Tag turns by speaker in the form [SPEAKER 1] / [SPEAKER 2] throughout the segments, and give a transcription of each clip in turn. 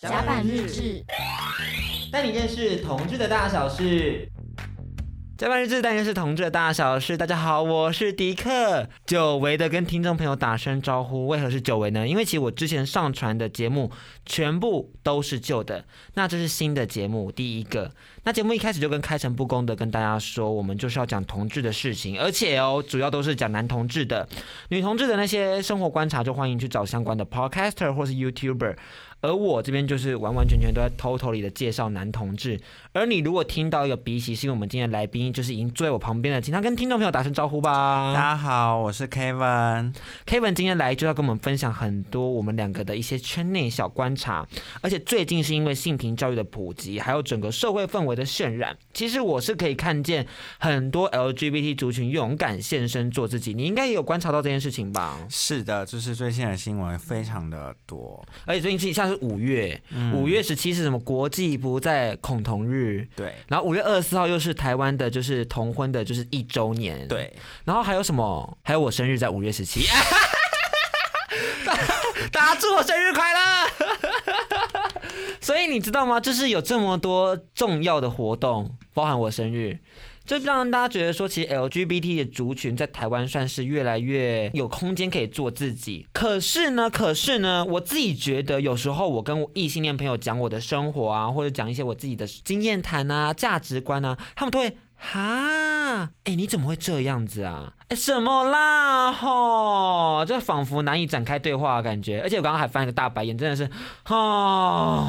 [SPEAKER 1] 甲板日志，
[SPEAKER 2] 带你认识同志的大小事。甲板日志，带你认识同志的大小事。大家好，我是迪克。久违的跟听众朋友打声招呼，为何是久违呢？因为其实我之前上传的节目全部都是旧的，那这是新的节目第一个。那节目一开始就跟开诚布公的跟大家说，我们就是要讲同志的事情，而且哦，主要都是讲男同志的、女同志的那些生活观察，就欢迎去找相关的 podcaster 或是 YouTuber。而我这边就是完完全全都在偷偷里的介绍男同志，而你如果听到一个鼻息，是因为我们今天的来宾就是已经坐在我旁边了，请他跟听众朋友打声招呼
[SPEAKER 3] 大
[SPEAKER 2] 吧。
[SPEAKER 3] 家好，我是 Kevin。
[SPEAKER 2] Kevin 今天来就要跟我们分享很多我们两个的一些圈内小观察，而且最近是因为性平教育的普及，还有整个社会氛围的渲染，其实我是可以看见很多 LGBT 族群勇敢现身做自己，你应该也有观察到这件事情吧？
[SPEAKER 3] 是的，就是最近的新闻非常的多，
[SPEAKER 2] 而且最近像是五月，五、月十七是什么国际不再恐同日，
[SPEAKER 3] 对
[SPEAKER 2] 然后五月二十四号又是台湾的，就是同婚的，就是一周年。，
[SPEAKER 3] 对，
[SPEAKER 2] 然后还有什么？还有我生日在五月十七。 大大家祝我生日快乐！ 所以你知道吗？就是有这么多重要的活动，包含我生日，就让大家觉得说，其实 LGBT 的族群在台湾算是越来越有空间可以做自己。可是呢，可是呢，我自己觉得有时候我跟我异性恋朋友讲我的生活啊，或者讲一些我自己的经验谈啊、价值观啊，他们都会。哈，哎，你怎么会这样子啊？哎，什么啦？吼，就仿佛难以展开对话的感觉。而且我刚刚还翻了个大白眼，真的是，吼，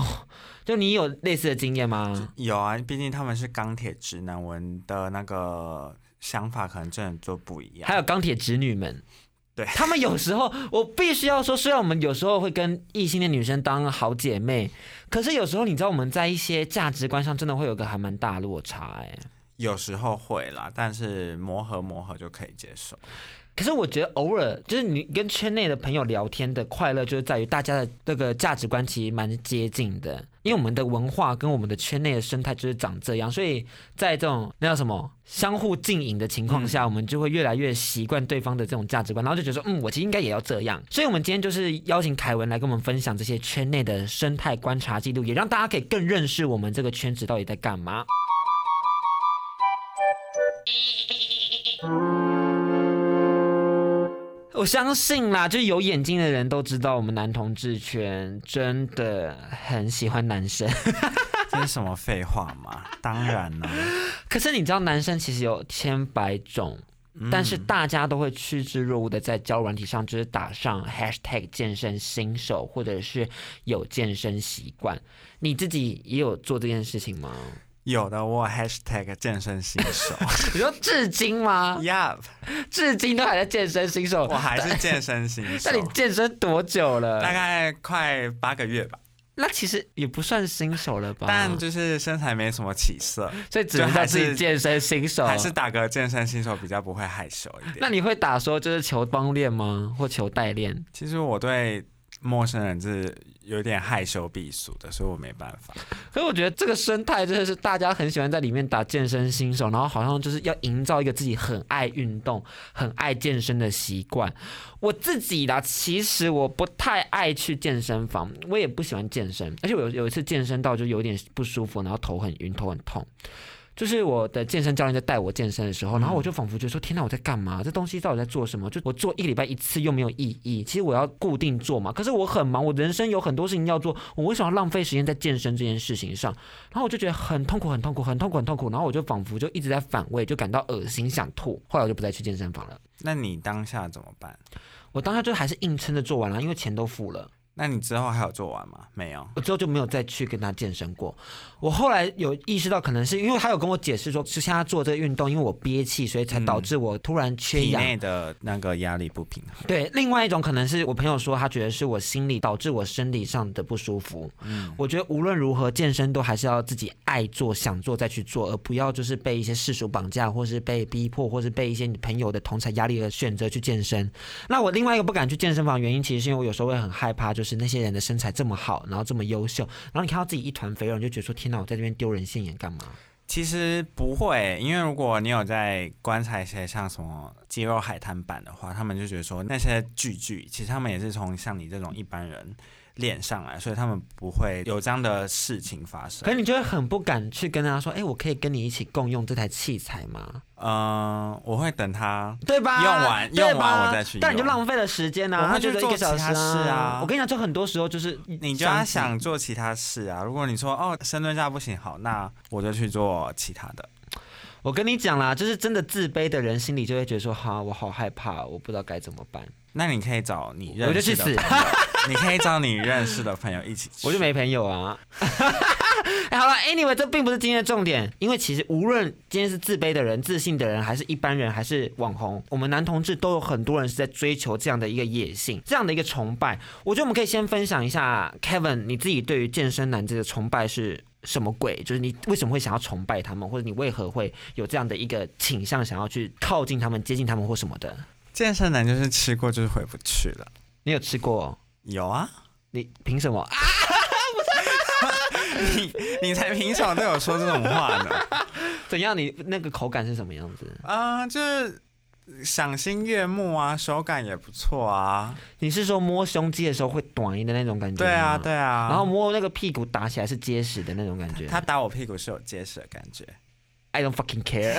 [SPEAKER 2] 就你有类似的经验吗？
[SPEAKER 3] 有啊，毕竟他们是钢铁直男，我们的那个想法可能真的就不一样。
[SPEAKER 2] 还有钢铁直女们，
[SPEAKER 3] 对
[SPEAKER 2] 他们有时候，我必须要说，虽然我们有时候会跟异性恋女生当好姐妹，可是有时候你知道我们在一些价值观上真的会有个还蛮大的落差、哎。
[SPEAKER 3] 有时候会啦，但是磨合磨合就可以接 受。
[SPEAKER 2] 可是我觉得偶尔就是你跟圈内的朋友聊天的快乐，就是在于大家的那个价值观其实蛮接近的，因为我们的文化跟我们的圈内的生态就是长这样，所以在这种那叫什么相互竞引的情况下，我们就会越来越习惯对方的这种价值观，然后就觉得说，嗯，我其实应该也要这样。所以我们今天就是邀请凯文来跟我们分享这些圈内的生态观察记录，也让大家可以更认识我们这个圈子到底在干嘛。我相信啦，就是有眼睛的人都知道，我们男同志圈真的很喜欢男生。
[SPEAKER 3] 这是什么废话嘛？当然啦、
[SPEAKER 2] 可是你知道，男生其实有千百种，但是大家都会趋之若鹜的在交友软体上，就是打上 hashtag 健身新手，或者是有健身习惯。你自己也有做这件事情 吗？
[SPEAKER 3] 有的我有 hashtag 健身新 手
[SPEAKER 2] 你说至今吗？
[SPEAKER 3] ，Yup，
[SPEAKER 2] 至今都还在健身新手
[SPEAKER 3] 我？还是健身新手
[SPEAKER 2] 那，你健身多久了？
[SPEAKER 3] 大概快八个月吧，
[SPEAKER 2] 那其实也不算新手了吧？
[SPEAKER 3] 但就是身材没什么起色。
[SPEAKER 2] 所以只能叫自己健身新手。
[SPEAKER 3] 还是打个健身新手比较不会害羞一点。
[SPEAKER 2] 那你会打说就是求帮练吗？或求代练？
[SPEAKER 3] 其实我对陌生人是有点害羞避俗的，所以我没办法。
[SPEAKER 2] 可是我觉得这个生态真的是大家很喜欢在里面打健身新手，然后好像就是要营造一个自己很爱运动、很爱健身的习惯。我自己啦，其实我不太爱去健身房，我也不喜欢健身，而且我有有一次健身到就有点不舒服，然后头很晕、头很痛。就是我的健身教练在带我健身的时候，然后我就仿佛觉得说：“天哪，我在干嘛？这东西到底在做什么？就我做一个礼拜一次又没有意义。其实我要固定做嘛，可是我很忙，我人生有很多事情要做，我为什么要浪费时间在健身这件事情上？然后我就觉得很痛苦，很痛苦，很痛苦，很痛苦。然后我就仿佛就一直在反胃，就感到恶心，想吐。后来我就不再去健身房了。
[SPEAKER 3] 那你当下怎么办？
[SPEAKER 2] 我当下就还是硬撑着做完了，因为钱都付了。
[SPEAKER 3] 那你之后还有做完吗？没有。
[SPEAKER 2] 我之后就没有再去跟他健身过。我后来有意识到，可能是因为他有跟我解释说，是现在做这个运动，因为我憋气，所以才导致我突然缺
[SPEAKER 3] 体
[SPEAKER 2] 氧。啊
[SPEAKER 3] 内的那个压力不平衡，
[SPEAKER 2] 对，另外一种可能是我朋友说，他觉得是我心理导致我生理上的不舒服。嗯，我觉得无论如何，健身都还是要自己爱做、想做再去做，而不要就是被一些世俗绑架，或是被逼迫，或是被一些你朋友的同侪压力而选择去健身。那我另外一个不敢去健身房的原因，其实是因为我有时候会很害怕，就是那些人的身材这么好，然后这么优秀，然后你看到自己一团肥肉，你就觉得说天哪，我在这边丢人现眼干嘛？
[SPEAKER 3] 其实不会，因为如果你有在观察一些像什么肌肉海滩版的话，他们就觉得说那些巨巨，其实他们也是从像你这种一般人练上来，所以他们不会有这样的事情发生
[SPEAKER 2] 可。是你就会很不敢去跟他说，哎、我可以跟你一起共用这台器材吗？
[SPEAKER 3] 嗯、我会等他，
[SPEAKER 2] 对吧？
[SPEAKER 3] 用完
[SPEAKER 2] 对吧
[SPEAKER 3] 用完我再去用
[SPEAKER 2] 但你就浪费了时间呐、啊
[SPEAKER 3] 我会
[SPEAKER 2] 他觉得一
[SPEAKER 3] 去
[SPEAKER 2] 个小时
[SPEAKER 3] 做其他事啊
[SPEAKER 2] 我跟你讲，就很多时候就是
[SPEAKER 3] 你就要想做其他事啊。如果你说哦深蹲架不行，好，那我就去做其他的。
[SPEAKER 2] 我跟你讲啦，就是真的自卑的人心里就会觉得说，哈，我好害怕，我不知道该怎么办，
[SPEAKER 3] 那你可以找你认
[SPEAKER 2] 我就去
[SPEAKER 3] 识
[SPEAKER 2] 死
[SPEAKER 3] 的朋友， 你可以找你认识的朋友一起去。
[SPEAKER 2] 我就没朋友啊。 哎、好了，anyway，这并不是今天的重点，因为其实无论今天是自卑的人、自信的人，还是一般人，还是网红，我们男同志都有很多人是在追求这样的一个野性，这样的一个崇拜。我觉得我们可以先分享一下，Kevin，你自己对于健身男这个崇拜是什么鬼？就是你为什么会想要崇拜他们，或者你为何会有这样的一个倾向，想要去靠近他们、接近他们或什么的？
[SPEAKER 3] 健身男就是吃过就是回不去了。
[SPEAKER 2] 你有吃过、
[SPEAKER 3] 有啊，
[SPEAKER 2] 你凭什么？啊
[SPEAKER 3] 你你才平常对我说这种话呢。
[SPEAKER 2] 怎样？你那个口感是什么样子？
[SPEAKER 3] 啊、就是赏心悦目啊，手感也不错啊。
[SPEAKER 2] 你是说摸胸肌的时候会短一的那种感觉？
[SPEAKER 3] 对啊，。对啊。
[SPEAKER 2] 嗯然后摸那个屁股打起来是结实的那种感觉。
[SPEAKER 3] 他打我屁股是有结实的感觉。
[SPEAKER 2] I don't fucking care 。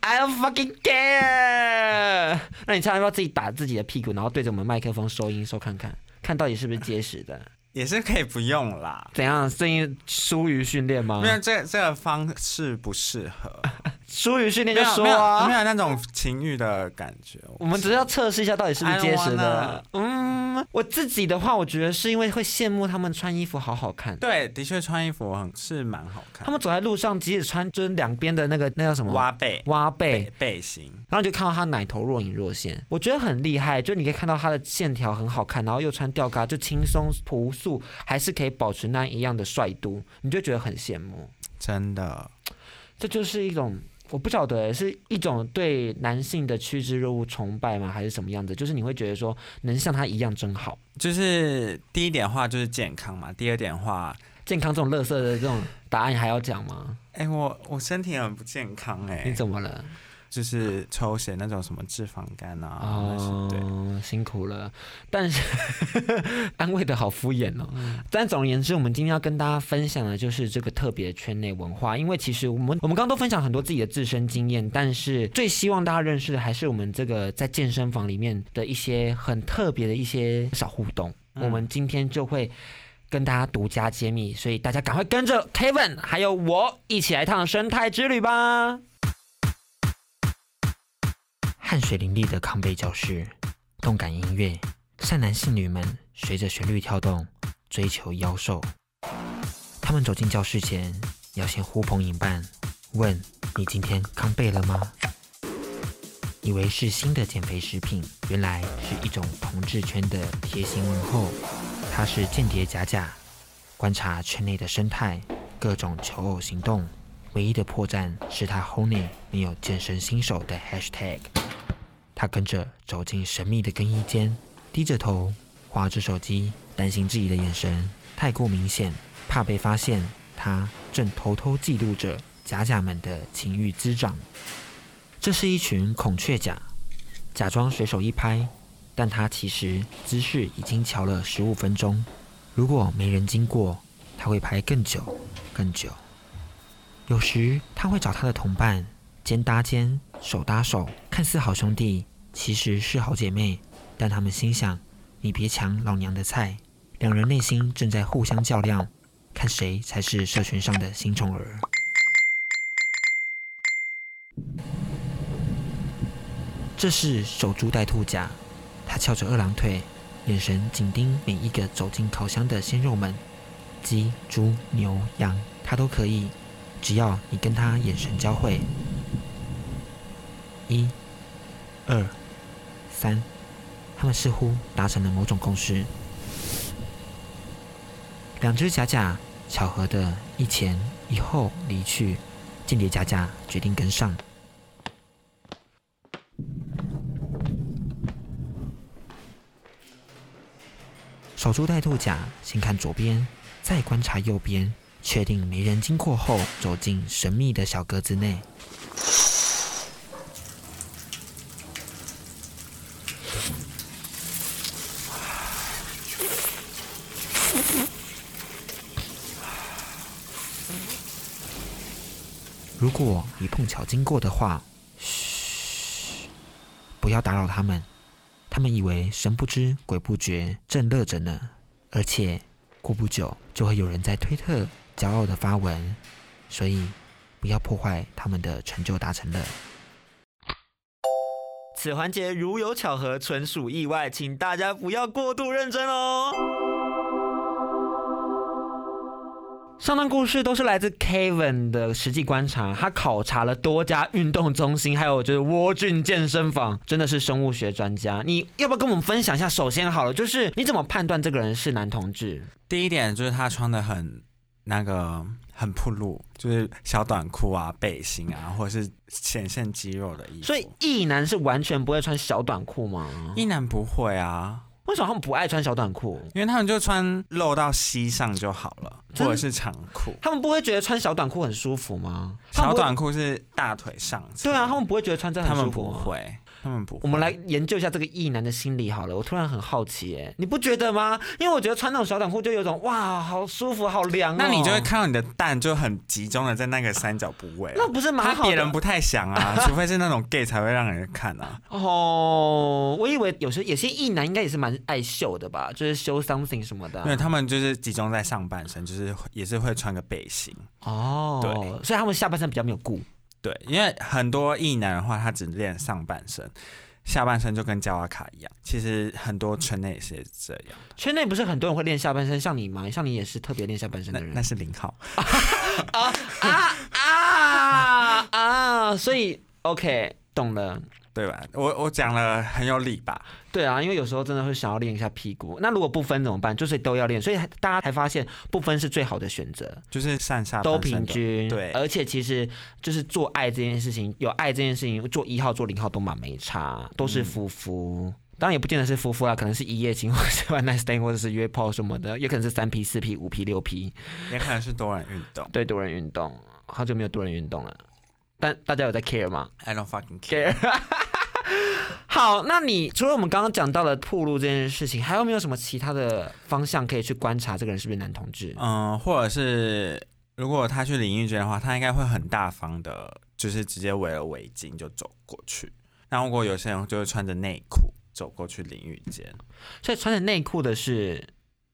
[SPEAKER 2] I don't fucking care。那你 千万不要自己打自己的屁股，然后对着我们麦克风收音收看看，看到底是不是结实 的？
[SPEAKER 3] 也是可以不用啦。
[SPEAKER 2] 怎样？最近疏于训练吗
[SPEAKER 3] 没？有这这个方式不适合，
[SPEAKER 2] 疏于训练
[SPEAKER 3] 没
[SPEAKER 2] 就
[SPEAKER 3] 有
[SPEAKER 2] 说
[SPEAKER 3] 没有没
[SPEAKER 2] 啊。
[SPEAKER 3] 有那种情欲的感觉。
[SPEAKER 2] 我们只是要测试一下到底是不是
[SPEAKER 3] I don't
[SPEAKER 2] 结实的
[SPEAKER 3] wanna。
[SPEAKER 2] 嗯，我自己的话，我觉得是因为会羡慕他们穿衣服好好看。
[SPEAKER 3] 对，的确穿衣服很是蛮好看
[SPEAKER 2] 他。们走在路上，即使穿就是两边的那个那叫什么
[SPEAKER 3] 挖背
[SPEAKER 2] 挖背
[SPEAKER 3] 背，背型，
[SPEAKER 2] 然后你就看到他奶头若隐若现，我觉得很厉害。就你可以看到他的线条很好看，然后又穿吊嘎，就轻松朴素，还是可以保持那一样的帅度，你就觉得很羡慕。
[SPEAKER 3] 真的
[SPEAKER 2] 这就是一种我不晓得是一种对男性的趋之若鹜崇拜吗，还是什么样子？就是你会觉得说能像他一样真好。
[SPEAKER 3] 就是第一点话就是健康嘛，第二点话，
[SPEAKER 2] 健康这种垃圾的这种答案还要讲吗？
[SPEAKER 3] 哎、我我身体很不健康哎、
[SPEAKER 2] 你怎么了？
[SPEAKER 3] 就是抽血那种什么脂肪肝啊，那
[SPEAKER 2] 哦
[SPEAKER 3] 些对，，
[SPEAKER 2] 辛苦了，但 是安慰的好敷衍哦。
[SPEAKER 3] 嗯
[SPEAKER 2] 但总而言之，我们今天要跟大家分享的就是这个特别的圈内文化，因为其实我们我们刚刚都分享很多自己的自身经验，但是最希望大家认识的还是我们这个在健身房里面的一些很特别的一些小互动。
[SPEAKER 3] 嗯
[SPEAKER 2] 我们今天就会。跟大家独家揭秘，所以大家赶快跟着 Kevin 还有我一起来趟生态之旅吧！汗水淋漓的康贝教室，动感音乐，善男信女们随着旋律跳动，追求妖兽。他们走进教室前，要先呼朋引伴，问你今天康贝了吗？以为是新的减肥食品，原来是一种同志圈的贴心问候。它是间谍假假，观察圈内的生态，各种求偶行动。唯一的破绽是他后内没有健身新手的 hashtag。他跟着走进神秘的更衣间，低着头划着手机，担心自己的眼神太过明显，怕被发现。他正偷偷记录着假假们的情欲滋长。这是一群孔雀甲，假装随手一拍，但他其实姿势已经瞧了十五分钟。如果没人经过，他会拍更久，更久。有时他会找他的同伴，肩搭肩，手搭手，看似好兄弟，其实是好姐妹。但他们心想：你别抢老娘的菜。两人内心正在互相较量，看谁才是社群上的新宠儿。这是守株待兔甲，他翘着二郎腿，眼神紧盯每一个走进烤箱的鲜肉们，鸡、猪、牛、羊，他都可以，只要你跟他眼神交汇。一、二、三，他们似乎达成了某种共识。两只假假巧合的一前一后离去，间谍假假决定跟上。守株待兔甲先看左边，再观察右边，确定没人经过后，走进神秘的小格子内。如果你碰巧经过的话，嘘，不要打扰他们。他们以为神不知鬼不觉，正乐着呢。而且过不久就会有人在推特骄傲的发文，所以不要破坏他们的成就达成了。此环节如有巧合，纯属意外，请大家不要过度认真哦。上段故事都是来自 Kevin 的实际观察，他考察了多家运动中心，还有就是窝菌健身房，真的是生物学专家。你要不要跟我们分享一下？首先好了，就是你怎么判断这个人是男同志？
[SPEAKER 3] 第一点就是他穿的很那个很暴露，就是小短裤啊、背心啊，或者是显现肌肉的衣服。
[SPEAKER 2] 所以异男是完全不会穿小短裤吗？
[SPEAKER 3] 一男不会啊，
[SPEAKER 2] 为什么他们不爱穿小短 裤？
[SPEAKER 3] 因为他们就穿露到膝上就好了，
[SPEAKER 2] 真
[SPEAKER 3] 或者是长裤。
[SPEAKER 2] 他们不会觉得穿小短裤很舒服吗？他们
[SPEAKER 3] 小
[SPEAKER 2] 不会
[SPEAKER 3] 短裤是大腿上侧。
[SPEAKER 2] 对啊，他们不会觉得穿这
[SPEAKER 3] 他
[SPEAKER 2] 很
[SPEAKER 3] 们
[SPEAKER 2] 舒服
[SPEAKER 3] 不
[SPEAKER 2] 吗？
[SPEAKER 3] 会，他们不会。
[SPEAKER 2] 我们来研究一下这个异男的心理好了。我突然很好奇，哎，你不觉得吗？因为我觉得穿那种小短裤就有种哇，好舒服，好凉、哦。
[SPEAKER 3] 那你就会看到你的蛋就很集中的在那个三角部位啊、
[SPEAKER 2] 那不是蛮
[SPEAKER 3] 他
[SPEAKER 2] 好的？
[SPEAKER 3] 别人不太想 啊，除非是那种 gay 才会让人看啊。
[SPEAKER 2] 哦，我以为有时有些异男应该也是蛮爱秀的吧，就是修 something 什么的
[SPEAKER 3] 因为。他们就是集中在上半身，就是也是会穿个背心。
[SPEAKER 2] 哦，
[SPEAKER 3] 对，
[SPEAKER 2] 所以他们下半身比较没有顾。
[SPEAKER 3] 对，因为很多异男的话，他只练上半身，下半身就跟加瓦卡一样。其实很多圈内也是这样，
[SPEAKER 2] 圈内不是很多人会练下半身，像你吗？像你也是特别练下半身
[SPEAKER 3] 那
[SPEAKER 2] 的人
[SPEAKER 3] 那是零号。
[SPEAKER 2] 啊啊啊！所以 OK，懂了。
[SPEAKER 3] 对吧？我我讲了很有理吧？
[SPEAKER 2] 对啊，因为有时候真的会想要练一下屁股。那如果不分怎么办？就是都要练，所以大家才发现不分是最好的选择，
[SPEAKER 3] 就是上下
[SPEAKER 2] 都
[SPEAKER 3] 半身
[SPEAKER 2] 平
[SPEAKER 3] 的。
[SPEAKER 2] 均。
[SPEAKER 3] 对
[SPEAKER 2] 而且其实就是做爱这件事情，有爱这件事情，做一号做零号都蛮没差，都是夫妇。当然也不见得是夫妇啊啦，可能是一夜情，或者是 one night stand，或者是约炮什么的，也可能是三 P、四 P、五 P、六 P。
[SPEAKER 3] 也可能是多人运动。
[SPEAKER 2] 对，多人运动，好久没有多人运动了。但大家有在 care 吗？
[SPEAKER 3] I don't fucking care。
[SPEAKER 2] 给。 好，那你除了我们刚刚讲到的铺路这件事情，还有没有什么其他的方向可以去观察这个人是不是男同志？
[SPEAKER 3] 嗯，或者是如果他去淋浴间的话，他应该会很大方的，就是直接围了围巾就走过去。那如果有些人就会穿着内裤走过去淋浴间，
[SPEAKER 2] 所以穿着内裤的是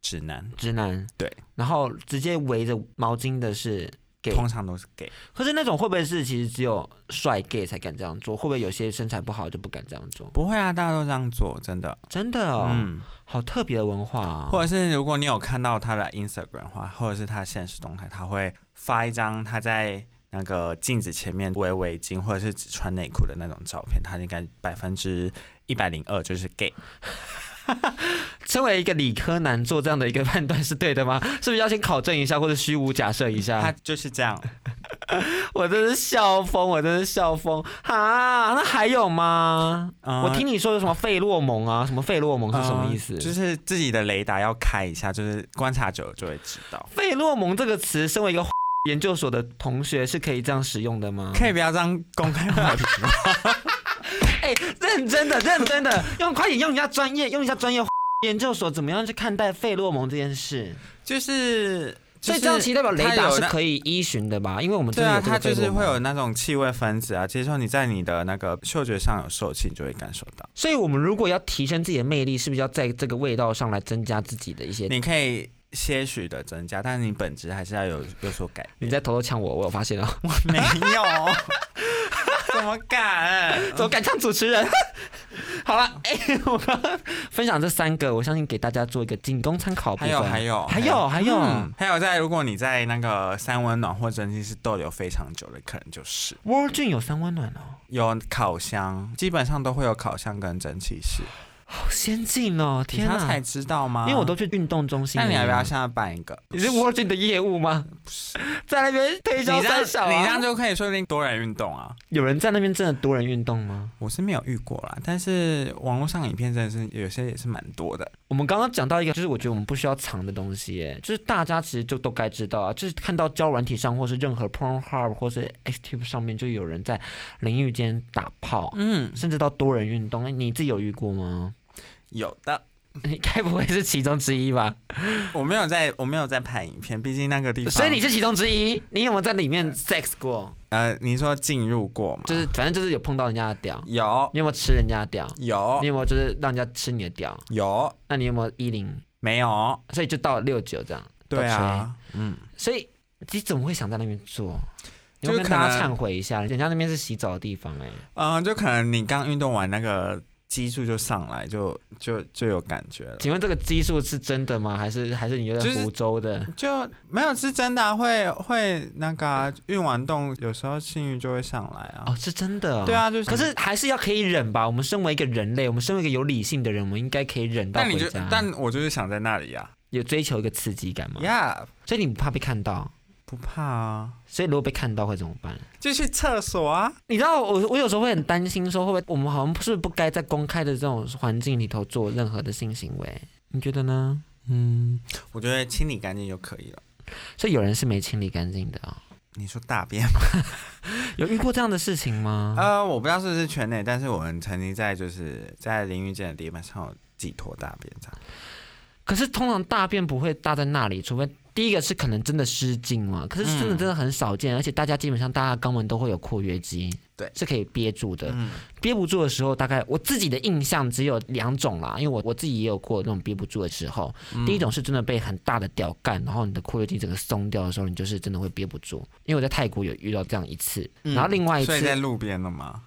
[SPEAKER 3] 直男
[SPEAKER 2] 直男，
[SPEAKER 3] 对，
[SPEAKER 2] 然后直接围着毛巾的是 gay，
[SPEAKER 3] 通常都是 gay，
[SPEAKER 2] 可是那种会不会是其实只有帅 gay 才敢这样做？会不会有些身材不好就不敢这样做？
[SPEAKER 3] 不会啊，大家都这样做，真的。
[SPEAKER 2] 真的哦，
[SPEAKER 3] 嗯，
[SPEAKER 2] 好特别的文化啊、
[SPEAKER 3] 或者是如果你有看到他的 Instagram 的话，或者是他的现实动态，他会发一张他在。那个镜子前面围围巾或者是只穿内裤的那种照片，他应该百分之一百零二就是 gay。
[SPEAKER 2] 身为一个理科男做这样的一个判断是对的吗？是不是要先考证一下，或者虚无假设一下？
[SPEAKER 3] 他就是这 样，
[SPEAKER 2] 我真是笑疯，我真是笑疯哈！那还有吗？
[SPEAKER 3] 嗯
[SPEAKER 2] 我听你说有什么费洛蒙啊，什么费洛蒙是什么意思？
[SPEAKER 3] 呃就是自己的雷达要开一下，就是观察久了就会知道。
[SPEAKER 2] 费洛蒙这个词，身为一个 研究所的同学是可以这样使用的 吗？
[SPEAKER 3] 可以不要这样公 开话题吗？
[SPEAKER 2] 哎、认真的，认真的，用快点，用一下专业，用一下专业研究所怎么样去看待费洛蒙这件事？
[SPEAKER 3] 就是，
[SPEAKER 2] 所以这样其实代表雷达是
[SPEAKER 3] 以。
[SPEAKER 2] 可以依循的吧？因为我们真
[SPEAKER 3] 对
[SPEAKER 2] 的
[SPEAKER 3] 啊，
[SPEAKER 2] 有这
[SPEAKER 3] 它
[SPEAKER 2] 个
[SPEAKER 3] 就
[SPEAKER 2] 费洛
[SPEAKER 3] 是
[SPEAKER 2] 蒙
[SPEAKER 3] 会有那种气味分子啊，其实说你在你的那个嗅觉上有受气，你就会感受到。
[SPEAKER 2] 所以我们如果要提升自己的魅力，是不是要在这个味道上来增加自己的一些？
[SPEAKER 3] 你可以些许的增加，但是你本质还是要有有所改
[SPEAKER 2] 你在偷偷呛我，我有发现哦。
[SPEAKER 3] 变。没有， 怎么敢？
[SPEAKER 2] 怎么敢呛主持人？ 好了，哎、 我刚刚分享这三个，我相信给大家做一个仅供参考的部
[SPEAKER 3] 还
[SPEAKER 2] 分。
[SPEAKER 3] 有还有
[SPEAKER 2] 还有还有
[SPEAKER 3] 嗯还有在如果你在那个三温暖或蒸汽室逗留非常久的，可能就是。
[SPEAKER 2] ，World 俊有三温暖哦，
[SPEAKER 3] 有烤箱，基本上都会有烤箱跟蒸汽室。
[SPEAKER 2] 好先进哦，天
[SPEAKER 3] 你知道
[SPEAKER 2] 啊
[SPEAKER 3] 才！知道吗？
[SPEAKER 2] 因为我都去运动中心
[SPEAKER 3] 那
[SPEAKER 2] 了。
[SPEAKER 3] 你要不要现在办一个？
[SPEAKER 2] 你是 World 俊的业务吗？在那边推
[SPEAKER 3] 你
[SPEAKER 2] 销
[SPEAKER 3] 这样
[SPEAKER 2] 三小
[SPEAKER 3] 你这样
[SPEAKER 2] 啊？
[SPEAKER 3] 就可以说不定多人运动啊。
[SPEAKER 2] 有人在那边真的多人运动吗？
[SPEAKER 3] 我是没有遇过啦，但是网络上影片真的是有些也是蛮多的。
[SPEAKER 2] 我们刚刚讲到一个，就是我觉得我们不需要藏的东西，哎，就是大家其实就都该知道啊，就是看到交软体上，或是任何 Pornhub 或是 Xtube 上面，就有人在淋浴间打炮，
[SPEAKER 3] 嗯，
[SPEAKER 2] 甚至到多人运动，哎你自己有遇过吗？
[SPEAKER 3] 有的。
[SPEAKER 2] 你该不会是其中之一吧？
[SPEAKER 3] 我没有在，我没有在拍影片，毕竟那个地方。
[SPEAKER 2] 所以你是其中之一，你有没有在里面 sex 过？
[SPEAKER 3] 呃，你说进入过吗？
[SPEAKER 2] 就是反正就是有碰到人家的屌，
[SPEAKER 3] 有
[SPEAKER 2] 你有没有吃人家的屌？
[SPEAKER 3] 有
[SPEAKER 2] 你有没有就是让人家吃你的屌？
[SPEAKER 3] 有
[SPEAKER 2] 那你有没有一零？
[SPEAKER 3] 没有？
[SPEAKER 2] 所以就到六九这样。
[SPEAKER 3] 对
[SPEAKER 2] 到
[SPEAKER 3] 啊，嗯，
[SPEAKER 2] 吹，所以你怎么会想在那边做？你
[SPEAKER 3] 就
[SPEAKER 2] 要
[SPEAKER 3] 是
[SPEAKER 2] 跟
[SPEAKER 3] 可
[SPEAKER 2] 大家
[SPEAKER 3] 能
[SPEAKER 2] 忏悔一下，人家那边是洗澡的地方哎、
[SPEAKER 3] 嗯、就可能你刚运动完，那个激素就上来，就就就有感觉了。
[SPEAKER 2] 请问这个基数是真的吗？还是还是你有
[SPEAKER 3] 就
[SPEAKER 2] 点
[SPEAKER 3] 是
[SPEAKER 2] 湖州的？
[SPEAKER 3] 就没有是真的啊、会会那个啊运、完动，有时候性欲就会上来啊。
[SPEAKER 2] 哦，是真的、
[SPEAKER 3] 对。啊，就是。
[SPEAKER 2] 可是还是要可以忍吧。我们身为一个人类，我们身为一个有理性的人，我们应该可以忍到
[SPEAKER 3] 但
[SPEAKER 2] 回
[SPEAKER 3] 你就
[SPEAKER 2] 家。
[SPEAKER 3] 但我就是想在那里啊
[SPEAKER 2] 有追求一个刺激感嘛？
[SPEAKER 3] ，Yeah，
[SPEAKER 2] 所以你不怕被看到？
[SPEAKER 3] 不怕啊，
[SPEAKER 2] 所以如果被看到会怎么办？
[SPEAKER 3] 就去厕所啊。
[SPEAKER 2] 你知道我我有时候会很担心，说会不会我们好像是不是不该在公开的这种环境里头做任何的性行为？你觉得呢？
[SPEAKER 3] 嗯，我觉得清理干净就可以了。
[SPEAKER 2] 所以有人是没清理干净的啊、
[SPEAKER 3] 你说大便
[SPEAKER 2] 有遇过这样的事情吗？
[SPEAKER 3] 呃，我不知道是不是圈内，但是我们曾经在就是在淋浴间的地板上有寄托大便这样。
[SPEAKER 2] 可是通常大便不会大在那里，除非第一个是可能真的失禁嘛。可是真的
[SPEAKER 3] 嗯
[SPEAKER 2] 真的很少见，而且大家基本上大家肛门都会有括约肌，
[SPEAKER 3] 对
[SPEAKER 2] 是可以憋住的。
[SPEAKER 3] 嗯，
[SPEAKER 2] 憋不住的时候，大概我自己的印象只有两种啦，因为我我自己也有过那种憋不住的时候。
[SPEAKER 3] 嗯
[SPEAKER 2] 第一种是真的被很大的屌干，然后你的括约肌整个松掉的时候，你就是真的会憋不住。因为我在泰国有遇到这样一次，
[SPEAKER 3] 嗯
[SPEAKER 2] 然后另外一
[SPEAKER 3] 所以
[SPEAKER 2] 次
[SPEAKER 3] 在路边了 吗？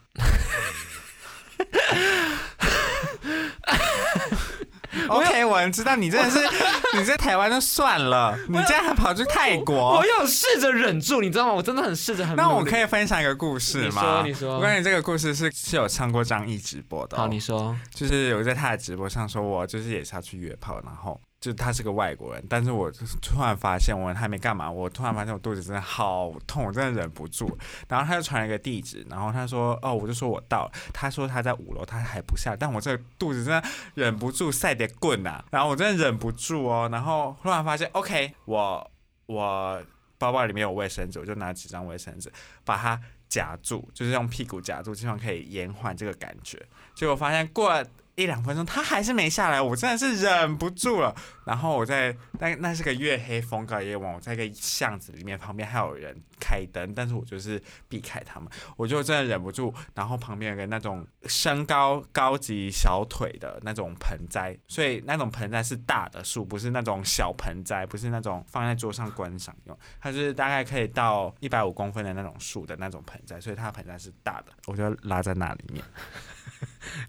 [SPEAKER 3] OK，我知道你真的是 你在台湾就算了，你竟然还跑去泰国
[SPEAKER 2] 我。有试着忍住，你知道吗？我真的很试着很努力。
[SPEAKER 3] 那我可以分享一个故事吗？
[SPEAKER 2] 你说你说
[SPEAKER 3] 我跟你这个故事是是有上过张译直播的、哦。
[SPEAKER 2] 好，你说
[SPEAKER 3] 就是有在他的直播上说，我就是也是要去约炮，然后就他是个外国人，但是我就是突然发现我还没干嘛，我突然发现我肚子真的好痛，我真的忍不住。然后他就传了一个地址，然后他说哦，我就说我到了，他说他在五楼，他还不下，但我这个肚子真的忍不住晒得棍啊，然后我真的忍不住哦，然后突然发现 OK，我我包包里面有卫生纸，我就拿几张卫生纸把它。夹住，就是用屁股夹住，希望可以延缓这个感觉。结果发现过了一两分钟，他还是没下来，我真的是忍不住了。然后我在那那是个月黑风高的夜晚，我在一个巷子里面，旁边还有人开灯，但是我就是避开他们，我就真的忍不住。然后旁边有个那种身高高级小腿的那种盆栽，所以那种盆栽是大的树，不是那种小盆栽，不是那种放在桌上观赏用，它就是大概可以到一百五公分的那种树的那种盆栽，所以它的盆栽是大的，我就拉在那里面。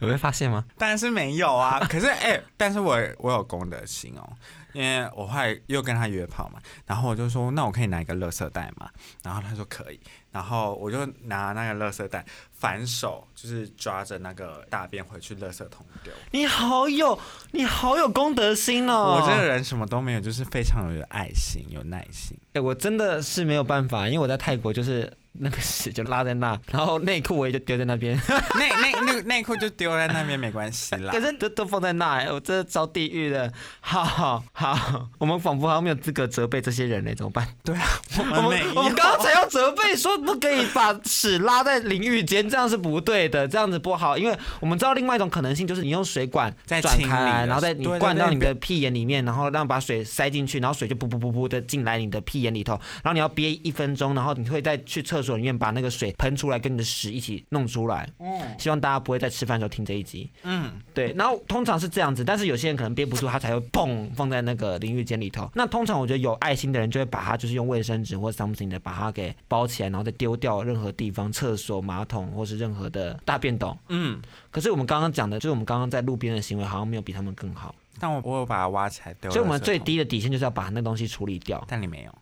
[SPEAKER 2] 有被发现吗？
[SPEAKER 3] 当然是没有 啊，可是哎、但是我我有公德心哦，因为我后来又跟他约炮嘛，然后我就说那我可以拿一个垃圾袋嘛，然后他说可以，然后我就拿那个垃圾袋反手就是抓着那个大便回去垃圾桶丢，
[SPEAKER 2] 你好有，你好有公德心哦！
[SPEAKER 3] 我这个人什么都没有，就是非常有爱心有耐心，
[SPEAKER 2] 哎、我真的是没有办法，因为我在泰国就是那个屎就拉在那，然后内裤我也就丢在那边，
[SPEAKER 3] 内内内内裤就丢在那边没关系啦
[SPEAKER 2] 可，是都都放在那、哎，我真的遭地狱了。好好好，我们仿佛好像没有资格责备这些人嘞、哎怎么办？我
[SPEAKER 3] 啊没
[SPEAKER 2] 们
[SPEAKER 3] 有
[SPEAKER 2] 我们刚才要责备说不可以把屎拉在淋浴间，这样是不对的，这样子不好，因为我们知道另外一种可能性就是你用水管
[SPEAKER 3] 再
[SPEAKER 2] 转
[SPEAKER 3] 清理
[SPEAKER 2] 开来，
[SPEAKER 3] 的
[SPEAKER 2] 然后再
[SPEAKER 3] 时
[SPEAKER 2] 你
[SPEAKER 3] 对对
[SPEAKER 2] 灌
[SPEAKER 3] 对
[SPEAKER 2] 到
[SPEAKER 3] 你
[SPEAKER 2] 你
[SPEAKER 3] 不
[SPEAKER 2] 的屁眼里面，然后让把水塞进去，然后水就噗噗噗噗的进来你的屁眼里头，然后你要憋一分钟，然后你会再去厕所里面把那个水喷出来，跟你的屎一起弄出来。
[SPEAKER 3] 嗯
[SPEAKER 2] 希望大家不会在吃饭的时候听这一集。
[SPEAKER 3] 嗯，
[SPEAKER 2] 对，然后通常是这样子，但是有些人可能憋不住，他才会砰放在那个淋浴间里头。那通常我觉得有爱心的人就会把它就是用卫生纸或 something 的把它给包起来，然后再丢掉任何地方，厕所、马桶或是任何的大便斗。
[SPEAKER 3] 嗯，
[SPEAKER 2] 可是我们刚刚讲的，就是我们刚刚在路边的行为好像没有比他们更好，
[SPEAKER 3] 但我我有啊把它挖起来丢，
[SPEAKER 2] 所以我们最，低的底线就是要把那东西处理掉。
[SPEAKER 3] 但你没有，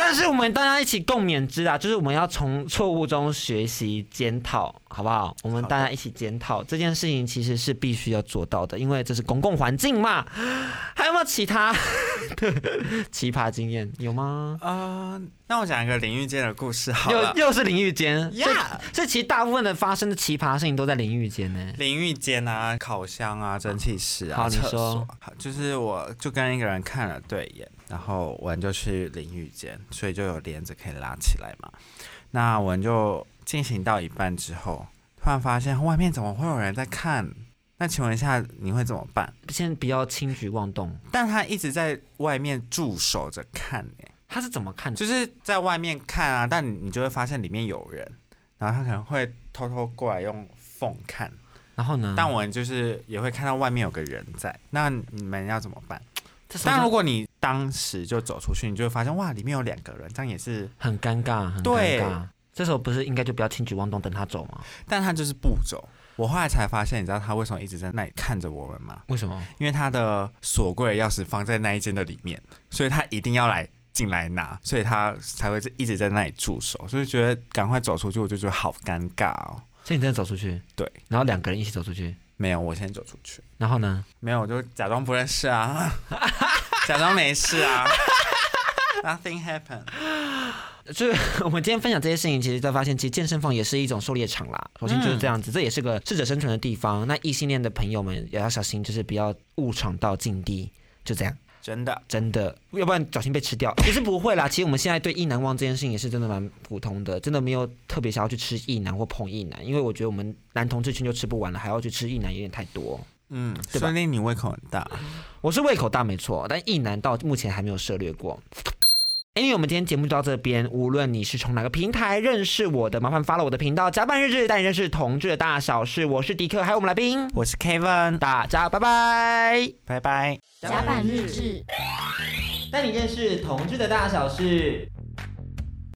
[SPEAKER 2] 但是我们大家一起共勉之啊，就是我们要从错误中学习检讨，好不好？我们大家一起检讨这件事情，其实是必须要做到的，因为这是公共环境嘛。 还有没有其他的奇葩经验？有吗？
[SPEAKER 3] 啊、那我讲一个淋浴间的故事好了
[SPEAKER 2] 又。又是淋浴间，所以
[SPEAKER 3] Yeah
[SPEAKER 2] 所以其实大部分的发生的奇葩事情都在淋浴间呢、
[SPEAKER 3] 淋浴间啊、烤箱啊、蒸汽室
[SPEAKER 2] 好
[SPEAKER 3] 啊、
[SPEAKER 2] 你
[SPEAKER 3] 厕所
[SPEAKER 2] 说
[SPEAKER 3] 啊，好就是我就跟一个人看了对眼，然后我们就去淋浴间，所以就有帘子可以拉起来嘛。那我们就进行到一半之后，突然发现外面怎么会有人在看？那请问一下，你会怎么办？
[SPEAKER 2] 先不要轻举妄动。
[SPEAKER 3] 但他一直在外面驻守着看、欸，
[SPEAKER 2] 他是怎么看的？
[SPEAKER 3] 就是在外面看啊，但你就会发现里面有人，然后他可能会偷偷过来用缝看，
[SPEAKER 2] 然后呢？
[SPEAKER 3] 但我们就是也会看到外面有个人在，那你们要怎么办？
[SPEAKER 2] 这时候
[SPEAKER 3] 但
[SPEAKER 2] 就
[SPEAKER 3] 如果你当时就走出去，你就会发现哇，里面有两个人，这样也是，
[SPEAKER 2] 很尴尬，很尴
[SPEAKER 3] 对
[SPEAKER 2] 尬。这时候不是应该就不要轻举妄动，等他走吗？
[SPEAKER 3] 但他就是不走。我后来才发现，你知道他为什么一直在那里看着我们吗？
[SPEAKER 2] 为什么？
[SPEAKER 3] 因为他的锁柜的钥匙放在那一间的里面，所以他一定要来进来拿，所以他才会一直在那里驻守，所以觉得赶快走出去，我就觉得好尴尬哦。
[SPEAKER 2] 所以你真的走出去？
[SPEAKER 3] 对。
[SPEAKER 2] 然后两个人一起走出去，
[SPEAKER 3] 没有，我先走出去，
[SPEAKER 2] 然后呢？
[SPEAKER 3] 没有，我就假装不认识啊， 假装没事啊，nothing happened。
[SPEAKER 2] 所以我们今天分享这些事情，其实才发现，其实健身房也是一种狩猎场啦。首先就是这样子，这也是个适者生存的地方。那异性恋的朋友们也要小心，就是不要误闯到禁地。就这样，
[SPEAKER 3] 真的，
[SPEAKER 2] 真的，要不然小心被吃掉。也是不会啦。其实我们现在对意难忘这件事情也是真的蛮普通的，真的没有特别想要去吃意难或碰意难，因为我觉得我们男同志圈就吃不完了，还要去吃意难有点太多。
[SPEAKER 3] 嗯，
[SPEAKER 2] 对吧
[SPEAKER 3] 说不定你胃口很大。
[SPEAKER 2] 我是胃口大没错，但意难到目前还没有涉略过。因为我们今天节目就到这边，无论你是从哪个平台认识我的，麻烦发了我的频道《甲板日志》，带你认识同志的大小事。我是迪克，还有我们来宾，
[SPEAKER 3] 我是 Kevin，
[SPEAKER 2] 大家拜拜。
[SPEAKER 3] 拜拜。
[SPEAKER 1] 甲板日志。
[SPEAKER 2] 带你认识同志的大小事。